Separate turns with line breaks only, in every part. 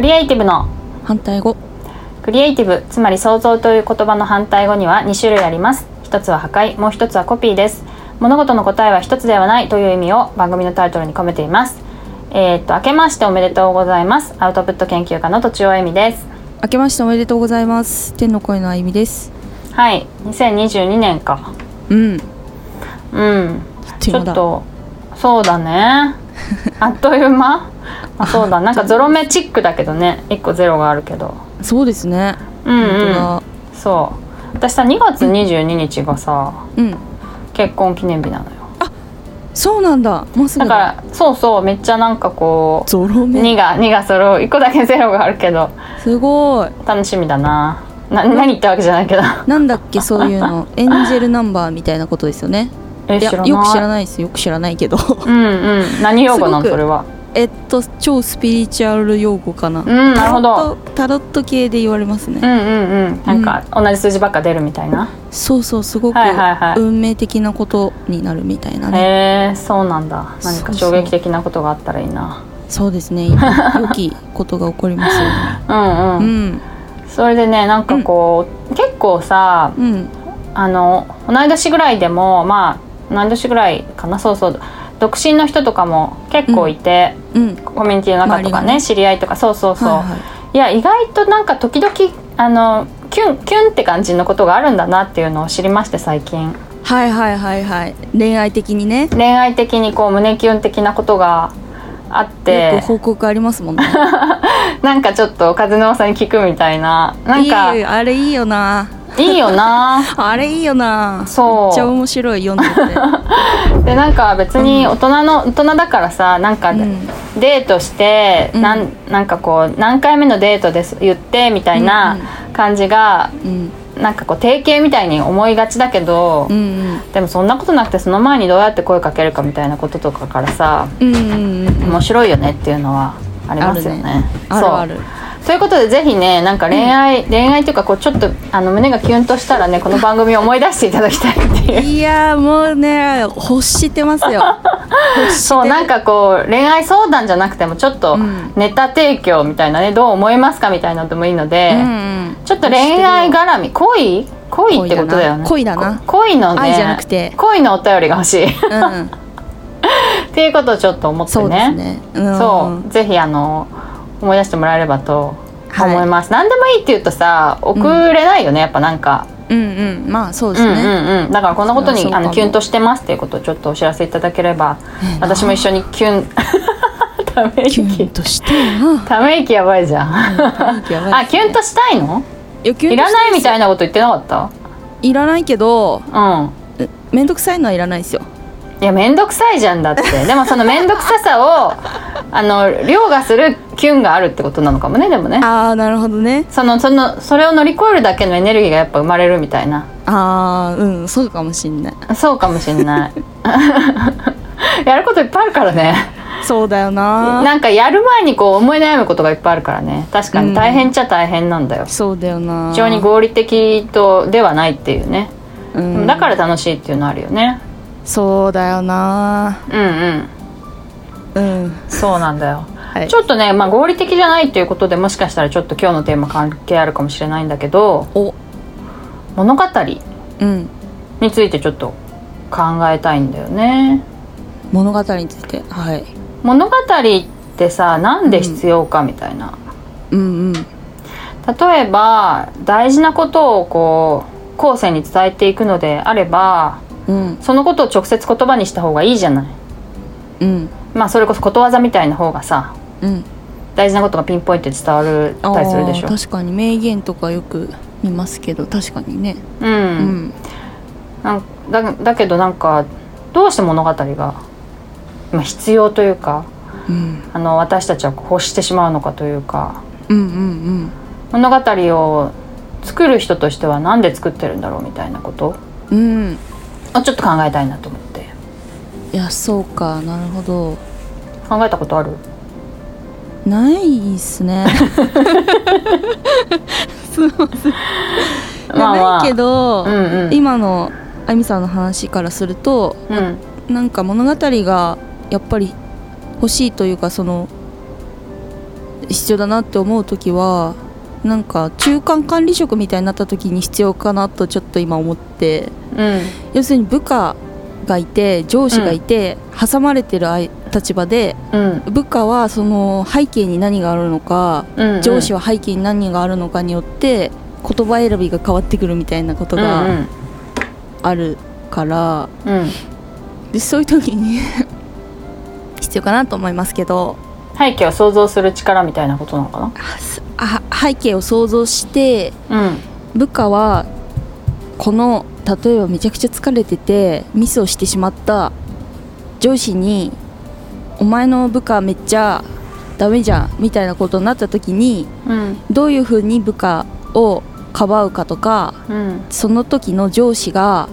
エイティブの
反対語
クリエイティブつまり創造という言葉の反対語には2種類あります一つは破壊もう一つはコピーです物事の答えは一つではないという意味を番組のタイトルに込めていますえーっと明けましておめでとうございますアウトプット研究家のとちおえみです
明けましておめでとうございます天の声のあゆみです
はい2022年か
うん
うん
ち
ちょっとそうだ ねあっという間あそうだなんかゾロ目チックだけどね1個ゼロがあるけど
そうですね
うん
本当
うん
だ
そう私さ2月22日がさ
うん
結婚記念日なのよ
そうなんだもうすぐ
だ
だ
からそうそうめっちゃなんかこう
ゾロ目
2が2が揃う1個だけゼロがあるけど
すごい
楽しみだなな何言ったわけじゃないけど
なんだっけそういうのエンジェルナンバーみたいなことですよね
え
いや
知らない
よく知らないですよく知らな いけど
うんうん何用語なの
す
そ
ごく
れは
えっと超スピリチュアル用語かな
うんなるほ
タロ
ど
ットタロット系で言われますね、
うんうんうんなんか同じ数字ばっか出るみたいな、
そうそうすごく
はいはいはい
運命的なことになるみたいなね、
へえそうなんだ何か
そうそう
衝撃的なことがあったらいいな
そうですね 良きことが起こりますよね
うん
う
うん、
ん
それでねなんかこう、結構さ
うん
あの同い年ぐらいでもまあ同い年ぐらいかなそうそう独身の人とかも結構いて、
うん
コミュニティの中とか
周り
ね
がね
知り合いとかそうそうそう、
はい
い
は
や
い
意外となんか時々あのキュンキュンって感じのことがあるんだなっていうのを知りまして最近
はいはいはいはい恋愛的にね
恋愛的にこう胸キュン的なことがあって
よく報告ありますもんね
なんかちょっと風の噂に聞くみたいな なんか
いいあれいいよない
いよな
あれいいよな
そう
めっちゃ面白い読んでて
でなんか別に大人の大人だからさなんか
うん
デートして、
うん
なんなんかこう何回目のデートです言ってみたいな感じが、
うん
なんかこう定型みたいに思いがちだけど、
うんうん
でもそんなことなくてその前にどうやって声かけるかみたいなこととかからさ
うんうんうん
面白いよねっていうのはありますよね。
あるある
そうということでぜひねなんか恋愛、恋愛というかこうちょっとあの胸がキュンとしたらねこの番組を思い出していただきたいっていう。
いやーもうね欲してますよ欲して
そうなんかこう恋愛相談じゃなくてもちょっと
うん
ネタ提供みたいなねどう思いますかみたいなのでもいいので、
うんうん
ちょっと恋愛絡み恋恋ってことだよね
恋だな
こ恋のね
愛じゃなくて
恋のお便りが欲しい っ
うん
ていうことをちょっと思ってね
そうですねうん
そうぜひあの思い出してもらえればと
はい
思います、何でもいいって言うとさ遅れないよね、やっぱなんか
うんうんまあそうで
う
す
ん
ね、
うんうんだからこんなこと
そ
に
うか
あ
も
のキュンとしてますっていうことをちょっとお知らせいただければ私も一緒にキュン ため
キュン
息
としてえな
ため息やばいじゃん
やばい
あキュンとしたいの
いやキュンと
いらないみたいな
な
こと言ってなかっ
いらないけど
たうん
えめんどくさいのはいらないですよ
いや面倒くさいじゃんだってでもその面倒くささをあの凌駕するキュンがあるってことなのかもねでもね
ああなるほどね
そのそのそれを乗り越えるだけのエネルギーがやっぱ生まれるみたいな
ああうんそうかもしんない
そうかもしんない やることいっぱいあるからね
そうだよな
なんかやる前にこう思い悩むことがいっぱいあるからね確かに大変っちゃ大変なんだよ、
そうだよな
非常に合理的とではないっていうね、
うん
だから楽しいっていうのあるよね
そうだよな
うんうん
うん
そうなんだよ、
はい
ちょっとね、まあ、合理的じゃないということでもしかしたらちょっと今日のテーマ関係あるかもしれないんだけど
お
物語
うん
についてちょっと考えたいんだよね
物語についてはい
物語ってさなんで必要かみたいな、
うんうん
例えば大事なことをこう後世に伝えていくのであれば
うん
そのことを直接言葉にした方がいいじゃない
うん
まあそれこそことわざみたいな方がさ
うん
大事なことがピンポイントで伝わる
あ
たりするでし
ー
ょ
確かに名言とかよく見ますけど確かにね
う、
うんん
なんだだけどなんかどうして物語がまあ必要というか
うん
あの私たちはこう欲してしまうのかというか
うんうん
物語を作る人としてはなんで作ってるんだろうみたいなこと
うんうん
をちょっと考えたいなと思って
いやそうかなるほど
考えたことある
ないっすね
まあまあ
ないけど、
うんうん
今のあゆみさんの話からすると
うん
なんか物語がやっぱり欲しいというかその必要だなって思う時はなんか中間管理職みたいになった時に必要かなとちょっと今思って
うん
要するに部下がいて上司がいて、挟まれてるあい立場で
うん
部下はその背景に何があるのか、
うんうん
上司は背景に何があるのかによって言葉選びが変わってくるみたいなこと
う
が
ん
あるから、
うんうん
でそういう時に 必要かなと思いますけど
背景を想像する力みたいなことなのか
あすあ背景を想像して
な
部下はこの例えばめちゃくちゃ疲れててミスをしてしまった上司に「お前の部下めっちゃダメじゃん」みたいなことになった時に
うんうん
どういうふうに部下をかばうかとか
うん
その時の上司が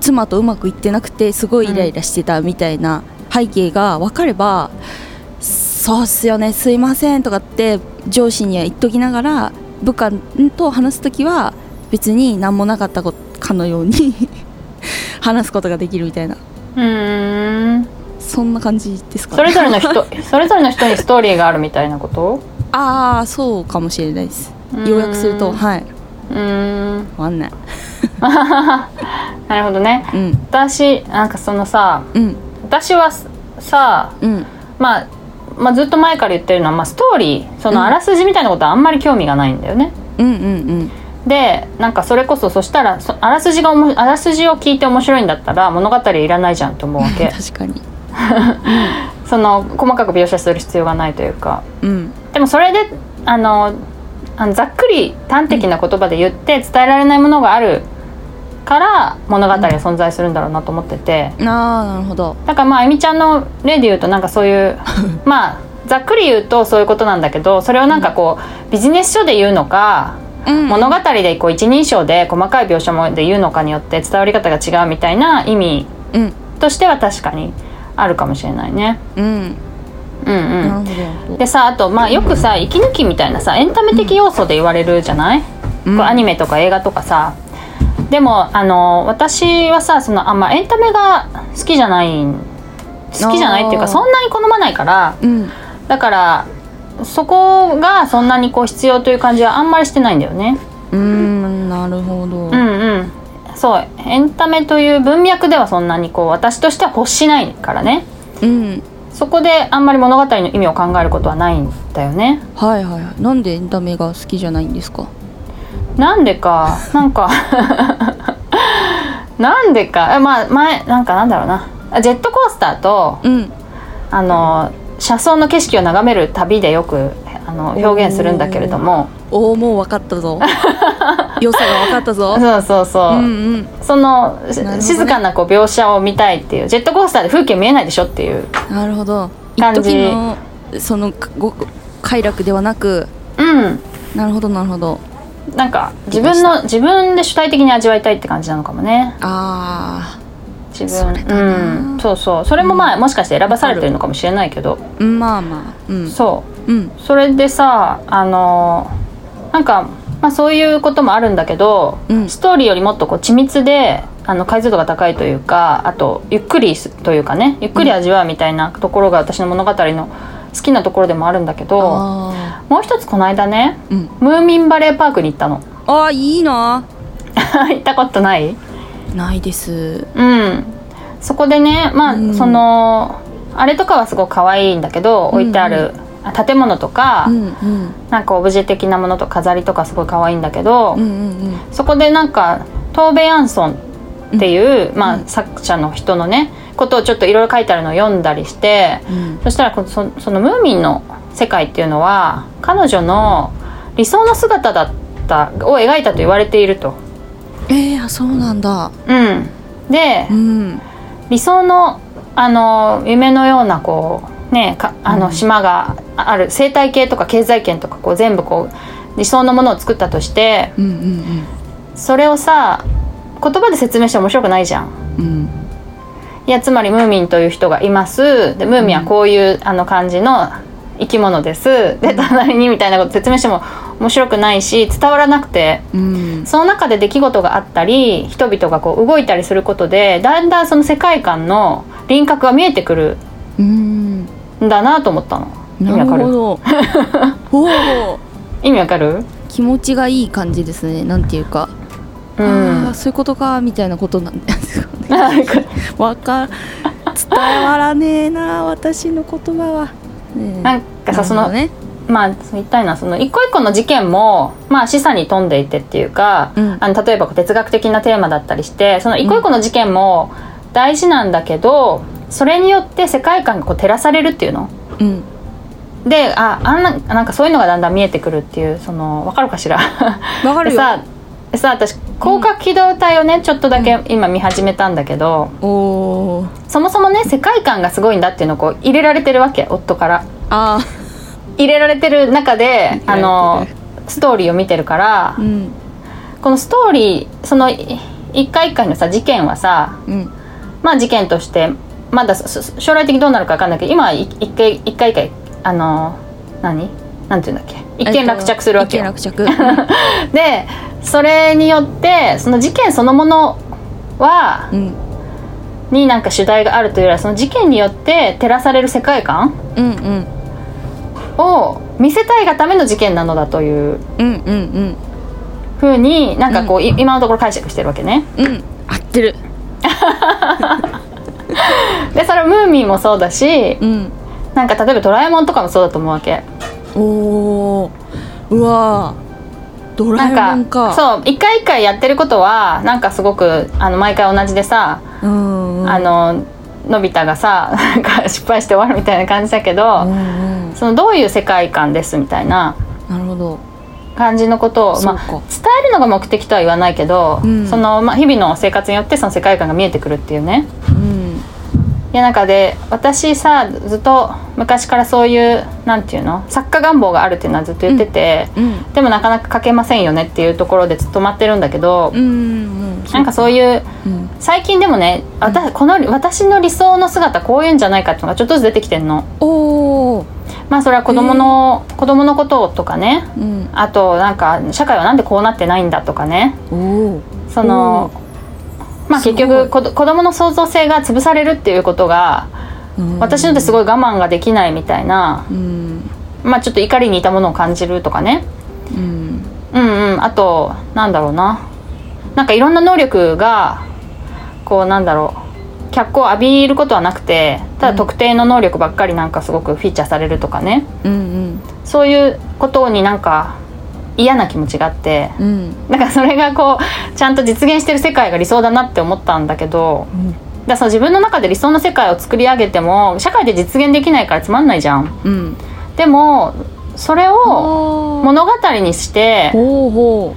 妻とうまくいってなくてすごいイライラしてたみたいな背景が分かれば「そうっすよねすいません」とかって上司には言っときながら部下と話す時は別に何もなかったことかのように 話すことができるみたいな
うーん
そんな感じですか
それぞれの
あ
人それぞれの人にストーリーがあるみたいなこと
あそうかもしれないです要約すると
う
はいう
ーん
分かんない
なるほどね
うん
私なんかそのさ
うん
私はさ
うん
まあまあ、ずっと前から言ってるのは、まあ、ストーリーそのあらすじみたいなことはあんまり興味がないんだよね。
うんうんうん
でなんかそれこそそしたらそあらすじがおもあらすじを聞いて面白いんだったら物語いらないじゃんと思うわ け
確かに
その細かく描写する必要がないというか
うん
でもそれであのあのざっくり端的な言葉で言って伝えられないものがあるから物語が存在するんだろうなと思ってて。
ああなるほど
だからまああゆみちゃんの例で言うとなんかそういうまあざっくり言うとそういうことなんだけどそれをなんかこうビジネス書で言うのか
うん
物語でこう一人称で細かい描写もで言うのかによって伝わり方が違うみたいな意味
うん
としては確かにあるかもしれないね。
うん
うん
なる
う
ほ
ん
どなるほど
でさあとまあよくさ息抜きみたいなさエンタメ的要素で言われるじゃない、
うん
こうアニメとか映画とかさでもあの私はさそのあんまエンタメが好きじゃないん好きじゃないっていう
あ
か
ー
そんなに好まないから
うん
だからそこがそんなにこう必要という感じはあんまりしてないんだよね。
うんなるほど
うんうんそうエンタメという文脈ではそんなにこう私としては欲しないからね
うん
そこであんまり物語の意味を考えることはないんだよね。
はいはいはいなんでエンタメが好きじゃないんですか
なんでか なんかなんでかえまあ前なんかなんだろうなあジェットコースターと
うん
あの車窓の景色を眺める旅でよくあの表現するんだけれども
おおもう分かっ たぞ良さが分かったぞ
そうそうそうう、
んうん
その、し
なるほどね
静かなこう描写を見たいっていうジェットコースターで風景見えないでしょっていう
なるほど一
感じ
時のそのご快楽ではなく
うん
なるほどなるほど
なんか自分の自分で主体的に味わいたいって感じなのかもね
あ
自
そ
分
れだな
うんそうそうそれもまあもしかして選ばされてるのかもしれないけど
あまあまあうん
そう
うん
それでさあのなんか、まあ、そういうこともあるんだけど、
うん
ストーリーよりもっとこう緻密であの解像度が高いというかあとゆっくりすというかねゆっくり味わうみたいなところが私の物語の好きなところでもあるんだけど
あ
もう一つこの間ね
ーうん
ムーミンバレーパークに行ったの
あーいいな
行ったことない
ないです
うんそこでねまあ、
うん
そのあれとかはすごく可愛いんだけど置いてあるあ建物とか、
うんうん
なんかオブジェ的なものと飾りとかすごい可愛いんだけど、
うんうん
そこでなんかトーベ・ヤンソンっていう、まあ作者の人のねことをちょっといろいろ書いてあるのを読んだりして
うん
そしたらこそそのムーミンの世界っていうのは彼女の理想の姿だったを描いたと言われていると。
えー、あそうなんだ
うん、で
うん
理想のあの夢のようなこうねかあ
う
の
ん
島がある生態系とか経済圏とかこう全部こう理想のものを作ったとして
うんうん
それをさ言葉で説明しても面白くないじゃん。
うんうん
いやつまりムーミンという人がいますでムーミンはこういう、あの感じの生き物ですで隣にみたいなこと説明しても面白くないし伝わらなくて
うん
その中で出来事があったり人々がこう動いたりすることでだんだんその世界観の輪郭が見えてくる
うん
んだなと思ったの。
う
味わかる
なるほ どおお
意味わかる
気持ちがいい感じですねなんていうか、
う
あー
ん
そういうことかみたいなことなんですかね わか伝わらねえな私の言葉は、ねえ
なんかさその、
なる
まあそう言いたいなその一個一個の事件も、まあ、示唆に富んでいてっていうか、
うん
あの例えばこう哲学的なテーマだったりしてその一個一個の事件も大事なんだけど、それによって世界観がこう照らされるっていうの
ほどねうん
でああんななんかそういうのがだんだん見えてくるっていうそのわかるかしら
わか
で
るよ
さでさ私広角機動隊をねちょっとだけ今見始めたんだけど、
おお
そもそもね世界観がすごいんだっていうのをこう入れられてるわけ夫から。
あ
入れられてる中で
入れられてる
あのストーリーを見てるから
ー、うん
このストーリーそのい一回一回のさ事件はさ
うん
まあ事件としてまだそそ将来的にどうなるか分かんないけど今はい一回一回一回あの何なんていうんだっけ一見落着するわけ
一見
よ。
落着うん
でそれによってその事件そのものは
うん
になんか主題があるというよりはその事件によって照らされる世界観
うんうん
を見せたいがための事件なのだという
うんうんうん
ふうになんかこう、い今のところ解釈してるわけね
うん合ってる
でそれはムーミンもそうだし
うん
なんか例えば「ドラえもん」とかもそうだと思うわけ
おおうわードラ
なん
えもんか
そう一回一回やってることはなんかすごくあの毎回同じでさ、
う、んうん、
あののび太がさ なんか失敗して終わるみたいな感じだけ
う
ど、
んうん
そのどういう世界観ですみたいな
なるほど
感じのことを、
そう
ま
か
あ、伝えるのが目的とは言わないけど、
うん
そのまあ、日々の生活によってその世界観が見えてくるっていうね。
うん
いやなんかで私さずっと昔からそういうなんていうの作家願望があるっていうのはずっと言ってて、
うん
でもなかなか書けませんよねっていうところでずっと止まってるんだけど、
うんうん
なんかそういう
うん
最近でもね私,、この私の理想の姿こういうんじゃないかっていうのがちょっとずつ出てきてんの。
おお
まあそれは子供の、子供のこととかね
うん
あとなんか社会はなんでこうなってないんだとかね
おお
そのまあ結
すご
局
い
子ど子供の創造性が潰されるっていうことが私のってすごい我慢ができないみたいな、
うん
まあ、ちょっと怒りに似たものを感じるとかね
うん
うんうんあとなんだろうななんかいろんな能力がこうなんだろう脚光を浴びることはなくてただ特定の能力ばっかりなんかすごくフィーチャーされるとかね
うん
そういうことになんか嫌な気持ちがあって
うんうん
だからそれがこうちゃんと実現してる世界が理想だなって思ったんだけどだからその自分の中で理想の世界を作り上げても社会で実現できないからつまんないじゃん。
うん
でもそれを
お
物語にして
ほうほ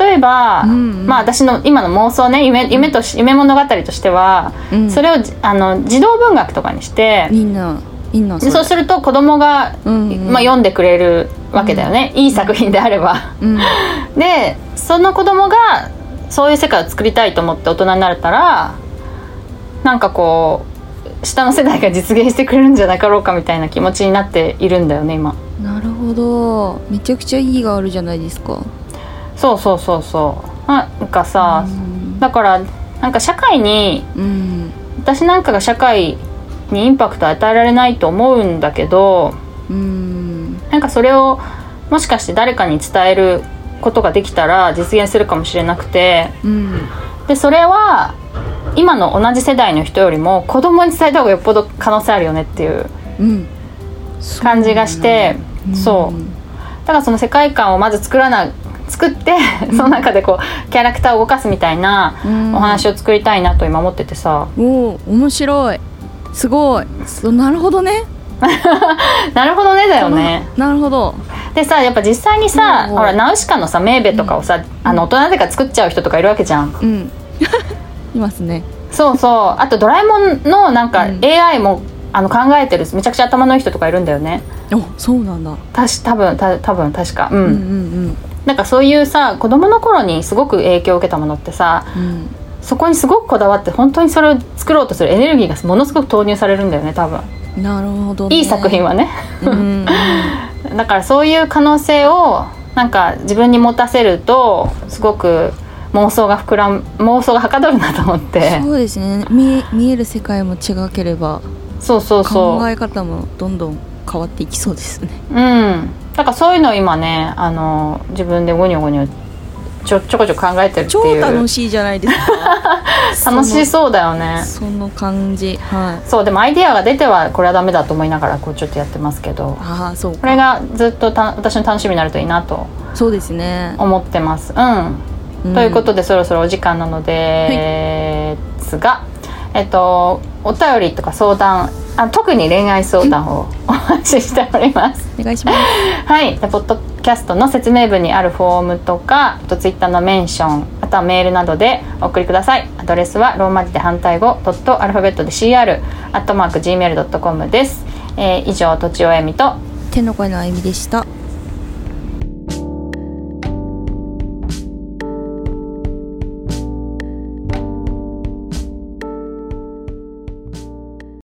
例えば、
うんうん
まあ、私の今の妄想ね夢夢とし夢物語としては、
う、うん、
それをじあの児童文学とかにして
みんないいな
でそうすると子供が、
うんうん
まあ、読んでくれるわけだよね、いい作品であれば。
うん
でその子供がそういう世界を作りたいと思って大人になれたらなんかこう下の世代が実現してくれるんじゃなかろうかみたいな気持ちになっているんだよね今。
なるほどめちゃくちゃ意義があるじゃないですか
そうそうそうそうなんかさ、
うん
だからなんか社会に
うん
私なんかが社会にインパクトを与えられないと思うんだけど
うん
なんかそれをもしかして誰かに伝えることができたら実現するかもしれなくて
うん
でそれは今の同じ世代の人よりも子供に伝えた方がよっぽど可能性あるよねっていう
うん
感じがしてそう,、
うん
だからその世界観をまず作らな作ってその中でこうキャラクターを動かすみたいな
うん
お話を作りたいなと今思っててさ、
おお面白いすごいそうなるほどね
なるほどねだよね。
なるほど
でさやっぱ実際にさ、
うん
ほらナウシカのさメーベとかをさ、あの大人でから作っちゃう人とかいるわけじゃん
うん いますね
そうそうあとドラえもんのなんか
うん
AI も、あの考えてるめちゃくちゃ頭のいい人とかいるんだよね
おそうなんだ
たし多分た多分確かうん、
うんうん
なんかそういうさ子供の頃にすごく影響を受けたものってさ
うんうん
そこにすごくこだわって本当にそれを作ろうとするエネルギーがものすごく投入されるんだよね多分
なるほど、ね、
いい作品はね
うんうん
だからそういう可能性をなんか自分に持たせるとすごく妄想が膨らむ妄想がはかどるなと思って
そうですね見え見える世界も違ければ
そうそう
考
そう
え方もどんどん変わっていきそうですね
うんだからそういうのを今ねあの自分でゴニョゴニョちょちょこちょこ考えてるって
超
いう
楽しいじゃないです か
楽しそうだよね
そのその感じはい
そうでもアイデアが出てはこれはダメだと思いながらこうちょっとやってますけど
ああそう
これがずっとた私の楽しみになるといいなと
そうですね、
思ってますうん
ん
ということでそろそろお時間なのですが、えっとお便りとか相談あ特に恋愛相談を お待ちしております。
お願いします
はい、でポッドキャストの説明文にあるフォームとかあとツイッターのメンションあとはメールなどでお送りくださいアドレスはローマ字で反対語ドットアルファベットで CR アットマーク Gmail.com です、えー以上とちおえみと
手の声のあゆみでした